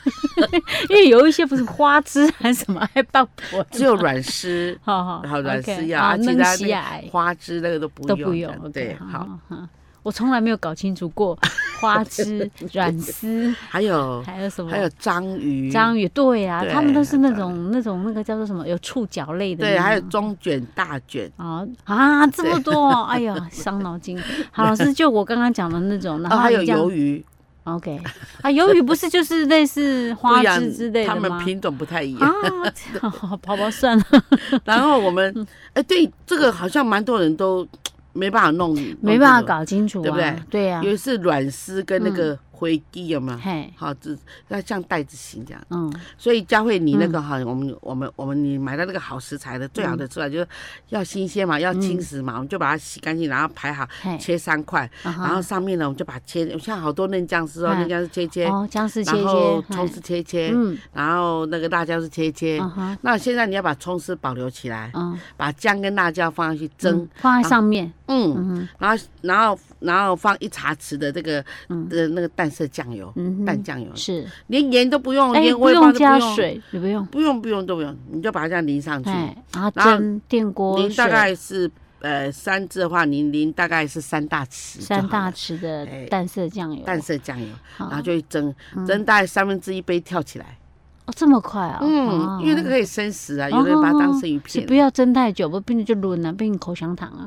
Speaker 2: 因为有一些不是花枝还是什么还爆破，，
Speaker 1: 只有软丝
Speaker 2: 好好
Speaker 1: 然后软丝药，
Speaker 2: 好
Speaker 1: 啊，其他
Speaker 2: 嫩起
Speaker 1: 那
Speaker 2: 来
Speaker 1: 个花枝那个都不
Speaker 2: 都
Speaker 1: 用的，
Speaker 2: 不用，OK，
Speaker 1: 对，好，。
Speaker 2: 好我从来没有搞清楚 过花枝、软丝，
Speaker 1: 还有
Speaker 2: 还有什么？
Speaker 1: 还有章鱼，
Speaker 2: 章鱼，对呀、
Speaker 1: 对
Speaker 2: 他们都是那种那种那个叫做什么，有触角类的那
Speaker 1: 对，
Speaker 2: 种。
Speaker 1: 还有中卷、大卷，
Speaker 2: 啊啊，这么 多，哎呀，伤脑筋。好，老师，就我刚刚讲的那种，然
Speaker 1: 哦，
Speaker 2: 后
Speaker 1: 还有
Speaker 2: 你这样
Speaker 1: 鱿鱼，
Speaker 2: OK，啊，鱿鱼不是就是 类似
Speaker 1: 不
Speaker 2: 花
Speaker 1: 一样
Speaker 2: 枝之类
Speaker 1: 它
Speaker 2: 的吗
Speaker 1: 们？品种不太一样。
Speaker 2: 啊，这样 好宝宝算了，
Speaker 1: 然后我们，
Speaker 2: 嗯
Speaker 1: 哎，对，这个好像蛮多人都没办法弄，
Speaker 2: 没办法
Speaker 1: 搞。
Speaker 2: 搞清楚
Speaker 1: 对不
Speaker 2: 啊
Speaker 1: 对，
Speaker 2: 对呀嗯
Speaker 1: 有，一次软丝跟那个灰鸡有没有？
Speaker 2: 嘿，
Speaker 1: 好，这那像袋子形这样。
Speaker 2: 嗯，
Speaker 1: 所以佳慧，你那个哈、我们我们我们你买到那个好食材的，最
Speaker 2: 嗯
Speaker 1: 好的出来就是要新鲜嘛，要青石嘛，我们就把它洗干净，然后排好，
Speaker 2: 嘿，嗯
Speaker 1: 切三块，
Speaker 2: 然
Speaker 1: 然后上面呢我们就把它切，像好多嫩酱丝哦，
Speaker 2: 嗯
Speaker 1: 嫩酱丝切切，
Speaker 2: 哦，姜丝切
Speaker 1: 然后
Speaker 2: 切，
Speaker 1: 葱丝切切，
Speaker 2: 嗯，
Speaker 1: 然后那个辣椒是切切。
Speaker 2: 嗯哼，
Speaker 1: 那现在你要把葱丝保留起来，
Speaker 2: 嗯，
Speaker 1: 把姜跟辣椒放上去蒸
Speaker 2: 嗯，放在上面，
Speaker 1: 嗯，
Speaker 2: 嗯
Speaker 1: 然后然后然后放一茶匙的这个
Speaker 2: 嗯
Speaker 1: 的那个淡色酱油，
Speaker 2: 嗯
Speaker 1: 淡
Speaker 2: 哼，
Speaker 1: 酱油，
Speaker 2: 是，
Speaker 1: 连盐都不用，
Speaker 2: 哎，
Speaker 1: 连
Speaker 2: 不
Speaker 1: 微波
Speaker 2: 用
Speaker 1: 都
Speaker 2: 加，水，也不用，
Speaker 1: 不用不用都不用，你就把它这样淋上去。
Speaker 2: 哎，然后
Speaker 1: 然后
Speaker 2: 蒸电锅
Speaker 1: 淋大
Speaker 2: 水
Speaker 1: 概是呃三支的话，您淋大概是三大匙就好了，
Speaker 2: 三大匙
Speaker 1: 哎
Speaker 2: 的淡色酱油，
Speaker 1: 淡色酱油，
Speaker 2: 好
Speaker 1: 然后就一蒸，蒸大概三分之一杯跳起来。
Speaker 2: 哦，这么快啊？
Speaker 1: 嗯，
Speaker 2: 哦
Speaker 1: 因为那个可以生食啊，有的人把它当生鱼
Speaker 2: 是
Speaker 1: 片
Speaker 2: 不。要蒸太久，不变成就软了，变成口香糖啊，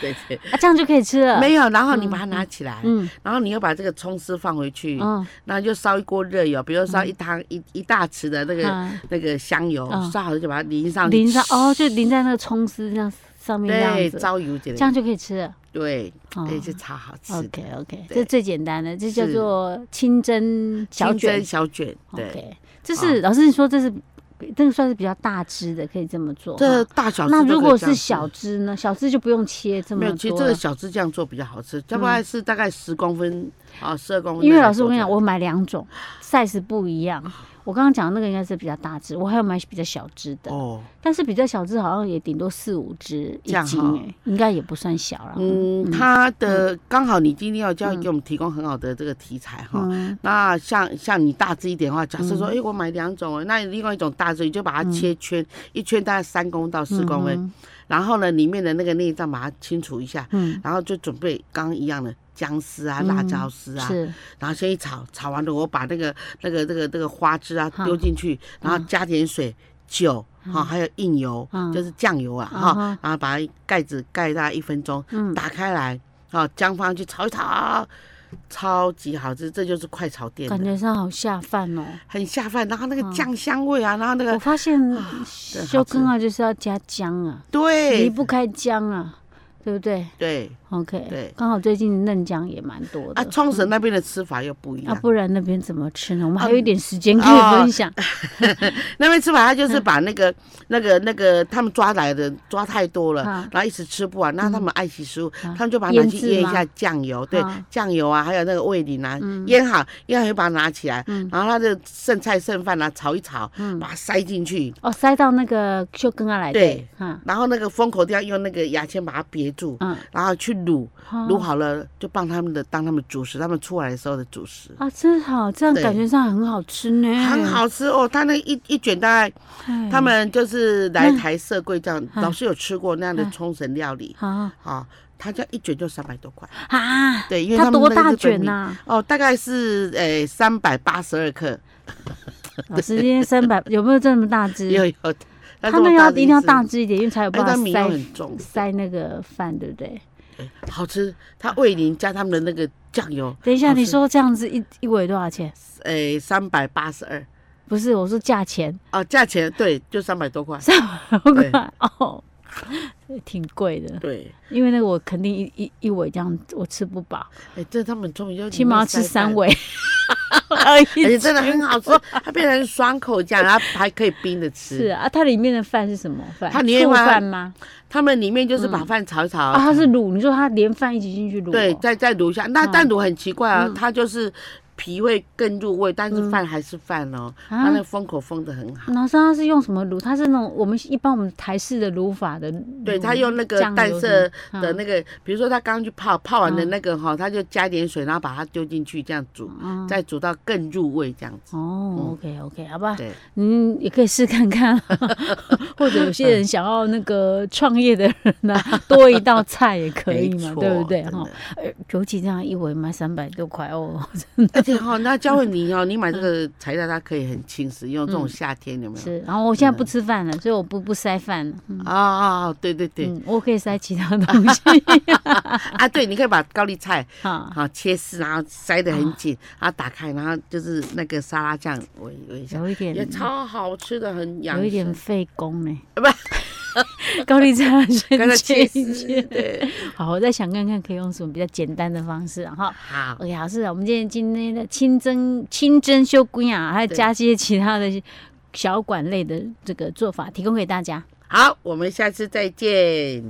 Speaker 1: 对对，
Speaker 2: 啊，这样就可以吃了。
Speaker 1: 没有，然后你把它拿起来，
Speaker 2: 嗯
Speaker 1: 然后你又把这个葱丝放回去，
Speaker 2: 嗯，
Speaker 1: 然后就烧一锅热油，比如说烧一汤一一大匙的那个
Speaker 2: 啊
Speaker 1: 那个香油，
Speaker 2: 嗯
Speaker 1: 烧好了就把它淋上去，
Speaker 2: 淋上哦，就淋在那个葱丝这样上面这
Speaker 1: 对，
Speaker 2: 样子，
Speaker 1: 糟油这
Speaker 2: 这
Speaker 1: 类
Speaker 2: 样，就可以吃了。
Speaker 1: 对，
Speaker 2: 哦
Speaker 1: 哎，这超好吃的，
Speaker 2: OK OK，
Speaker 1: 对
Speaker 2: 这最简单的，这叫
Speaker 1: 是
Speaker 2: 做清蒸小
Speaker 1: 清蒸
Speaker 2: 卷。
Speaker 1: 小卷，对，啊
Speaker 2: OK，这是老师你说这是这个算是比较大只的，可以这么做。
Speaker 1: 这
Speaker 2: 哈
Speaker 1: 大小只
Speaker 2: 那
Speaker 1: 都
Speaker 2: 如
Speaker 1: 可以
Speaker 2: 果
Speaker 1: 这
Speaker 2: 是
Speaker 1: 样吃
Speaker 2: 小只呢？小只就不用切这
Speaker 1: 没
Speaker 2: 么
Speaker 1: 有，其实
Speaker 2: 多
Speaker 1: 这个
Speaker 2: 了。
Speaker 1: 小只这样做比较好吃，大概是大概十公分啊，十二公分。
Speaker 2: 因为老师，我跟你讲，，我买两种 size 不一样。
Speaker 1: 啊
Speaker 2: 我刚刚讲的那个应该是比较大只，我还有买比较小只的，
Speaker 1: 哦，
Speaker 2: 但是比较小只好像也顶多四五只一
Speaker 1: 这样
Speaker 2: 斤、
Speaker 1: 哈
Speaker 2: 欸，应该也不算小了。
Speaker 1: 嗯，它的刚好你今天要教给我们提供很好的这个题材哈。
Speaker 2: 嗯，
Speaker 1: 那像像你大致一点的话，假设说，哎，我买两种哦，那另外一种大致你就把
Speaker 2: 嗯
Speaker 1: 它切圈，一圈大概三公到四公分，然后呢，里面的那个内脏把它清除一下，
Speaker 2: 嗯，
Speaker 1: 然后就准备刚刚一样的姜丝啊、
Speaker 2: 嗯
Speaker 1: 辣椒丝啊，
Speaker 2: 是
Speaker 1: 然后先一炒，炒完了我把那个那个那个那个花枝啊
Speaker 2: 哈
Speaker 1: 丢进去，然后加点水、酒哈、还有硬油，
Speaker 2: 嗯
Speaker 1: 就是酱油啊
Speaker 2: 啊
Speaker 1: 哈、
Speaker 2: 哈
Speaker 1: 然后把它盖子盖大概一分钟，
Speaker 2: 嗯
Speaker 1: 打开来，好姜放上去炒一炒，超级好吃，这就是快炒店
Speaker 2: 感
Speaker 1: 的，
Speaker 2: 觉上嗯好下饭哦、
Speaker 1: 很下饭。然后那个酱香味啊，然后那
Speaker 2: 我
Speaker 1: 个
Speaker 2: 发现
Speaker 1: 对好
Speaker 2: 修根啊就是要加姜啊，离
Speaker 1: 对
Speaker 2: 不开姜啊，对不对
Speaker 1: 对
Speaker 2: ？OK，
Speaker 1: 对
Speaker 2: 刚好最近嫩姜也蛮多的
Speaker 1: 啊，
Speaker 2: 嗯
Speaker 1: 冲绳那边的吃法又不一
Speaker 2: 啊
Speaker 1: 样，
Speaker 2: 不然那边怎么吃呢？我们还
Speaker 1: 啊
Speaker 2: 有一点时间可
Speaker 1: 哦
Speaker 2: 以分享。
Speaker 1: 那边吃法，他
Speaker 2: 嗯
Speaker 1: 就是把那个、那个、那个他们抓来的抓太多了，
Speaker 2: 啊
Speaker 1: 然后一时吃不完，那他们爱惜食物，
Speaker 2: 啊
Speaker 1: 他们就把它拿
Speaker 2: 腌
Speaker 1: 去
Speaker 2: 制
Speaker 1: 腌一
Speaker 2: 吗嗯
Speaker 1: 下酱油，对
Speaker 2: 啊，
Speaker 1: 酱油啊，还有那个味淋啊，腌好，腌好就把它拿起来，
Speaker 2: 嗯
Speaker 1: 然后它的剩菜剩饭啊炒一炒，把它塞进去，
Speaker 2: 哦，塞到那个秀根啊来的，
Speaker 1: 对
Speaker 2: 啊，
Speaker 1: 然后那个封口地方用那个牙签把它别住，
Speaker 2: 嗯，哦
Speaker 1: 然后去卤，卤
Speaker 2: 好
Speaker 1: 好了就帮他们的当他们主食，他们出来的时候的主食。
Speaker 2: 啊，真好，这样
Speaker 1: 对
Speaker 2: 感觉上很好吃呢，
Speaker 1: 很好吃哦，它那一一卷大概，
Speaker 2: 哎，
Speaker 1: 他们就是来台社柜这样，
Speaker 2: 嗯
Speaker 1: 老师有吃过那样的
Speaker 2: 嗯
Speaker 1: 冲绳料理，
Speaker 2: 好
Speaker 1: 啊，它这样一卷就三百多块，
Speaker 2: 啊，
Speaker 1: 对，因为
Speaker 2: 它
Speaker 1: 他们
Speaker 2: 多
Speaker 1: 那个日
Speaker 2: 大
Speaker 1: 本
Speaker 2: 卷
Speaker 1: 米？
Speaker 2: 呐？
Speaker 1: 哦，大概是诶三百八十二克，
Speaker 2: 老师今天三百有没有这么大只？
Speaker 1: 有有，它
Speaker 2: 它
Speaker 1: 这么
Speaker 2: 那要
Speaker 1: 大
Speaker 2: 一
Speaker 1: 的
Speaker 2: 定要
Speaker 1: 只
Speaker 2: 大，只一点，因为才
Speaker 1: 哎，
Speaker 2: 有办
Speaker 1: 它
Speaker 2: 法
Speaker 1: 米又
Speaker 2: 塞
Speaker 1: 很重，
Speaker 2: 塞那个饭，对不对？
Speaker 1: 好吃。它味淋加他们的那个酱油，
Speaker 2: 等一下，
Speaker 1: 好吃
Speaker 2: 你说这样子一一尾多少钱？
Speaker 1: 诶三百八十二，
Speaker 2: 不是，我说价钱
Speaker 1: 哦，价钱对，就三百多块，
Speaker 2: 三百多块哦，挺贵的。
Speaker 1: 对，
Speaker 2: 哦 因为那个我肯定一一一尾这样我吃不饱，
Speaker 1: 哎，这他们聪明，就
Speaker 2: 起码要吃三
Speaker 1: 尾，
Speaker 2: 尾，而已。
Speaker 1: 而且真的很好吃，它变成爽口酱，然后还可以冰着吃。
Speaker 2: 是啊，它里面的饭是什么饭？
Speaker 1: 它里面
Speaker 2: 醋
Speaker 1: 饭
Speaker 2: 饭吗？
Speaker 1: 他们里面就是把饭炒一炒，
Speaker 2: 啊，它是卤，你说它连饭一起进去卤哦、
Speaker 1: 嗯对，再再卤一下。
Speaker 2: 嗯
Speaker 1: 那但卤很奇怪啊，它就是皮会更入味，但是饭还是饭哦，
Speaker 2: 嗯
Speaker 1: 它
Speaker 2: 啊
Speaker 1: 那个封口封的很好。
Speaker 2: 然后它是用什么卤？它是那种我们一般我们台式的卤法的，
Speaker 1: 对，它用那个
Speaker 2: 嗯酱油
Speaker 1: 淡色
Speaker 2: 嗯
Speaker 1: 的那个，比如说它刚刚去泡泡完的那个哈，它就加点水，然后把它丢进去这样煮，
Speaker 2: 嗯
Speaker 1: 再煮到更入味这样子。
Speaker 2: 哦，OK OK，好吧，
Speaker 1: 嗯对，
Speaker 2: 嗯，也可以试看 看，或者有些人想要那个创业的人呢、 多一道菜也可以
Speaker 1: 没
Speaker 2: 嘛，
Speaker 1: 错
Speaker 2: 对不对？
Speaker 1: 真的
Speaker 2: 哈，呃尤其这样一尾卖三百多块哦，
Speaker 1: 而且哈，那教
Speaker 2: 嗯
Speaker 1: 会你哦，你买这个材料它可以很轻食用，这种夏天有没有？
Speaker 2: 是。然后我现在不
Speaker 1: 嗯
Speaker 2: 吃饭了，所以我不不塞饭了，嗯
Speaker 1: 啊啊啊！对对对，
Speaker 2: 嗯，我可以塞其他东 西
Speaker 1: 啊对，你可以把高丽菜
Speaker 2: 哈。
Speaker 1: 好啊切丝，然后塞得很紧，然后打开，然后就是那个沙拉酱围围一下，
Speaker 2: 有一
Speaker 1: 也
Speaker 2: 点，
Speaker 1: 超好吃的，很养
Speaker 2: 有一点
Speaker 1: 生。
Speaker 2: 费工呢、
Speaker 1: 不
Speaker 2: 高丽菜要先
Speaker 1: 刚才
Speaker 2: 切
Speaker 1: 切
Speaker 2: 一
Speaker 1: 丝，
Speaker 2: 切。
Speaker 1: 对，
Speaker 2: 好，我再想看看可以用什么比较简单的方式啊哈、
Speaker 1: 好，
Speaker 2: OK，好，是啊，我们今天今天的清蒸清蒸修龟啊，还有
Speaker 1: 对
Speaker 2: 加些其他的小馆类的这个做法，提供给大家。
Speaker 1: 好，我们下次再见。